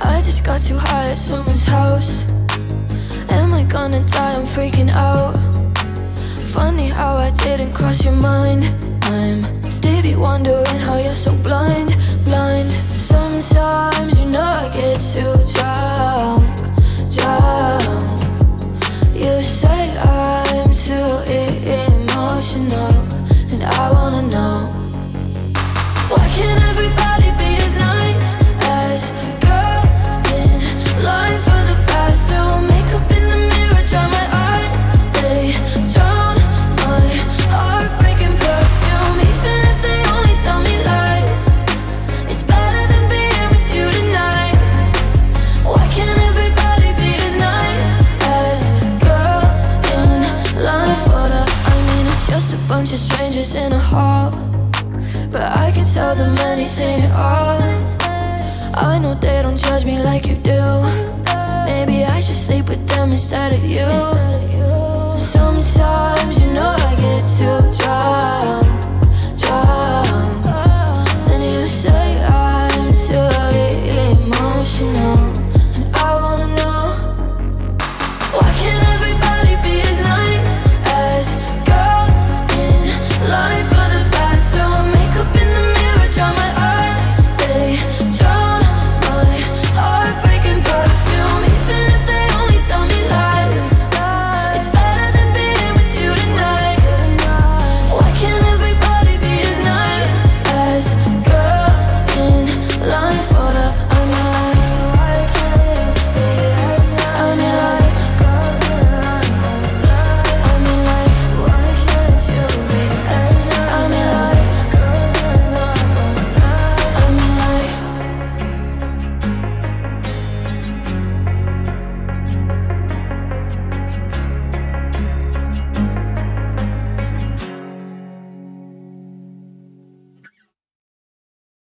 [SPEAKER 5] I just got too high at someone's house. Am I gonna die? I'm freaking out. Funny how I didn't cross your mind. I'm Stevie wondering how you're so blind, blind. It's
[SPEAKER 4] Sometimes you know I get too drunk, drunk. You say I'm too e- emotional, and I wanna know. Why can't everybody be as nice as girls in line for the bathroom? Makeup in the mirror, dry my eyes, they drown my heartbreak in perfume. Even if they only tell me lies, it's better than being with you tonight. Why can't everybody be as nice as girls in line for the? I mean, it's just a bunch of strangers in a hall. But I can tell them anything at all. I know they don't judge me like you do. Maybe I should sleep with them instead of you. Sometimes you know I get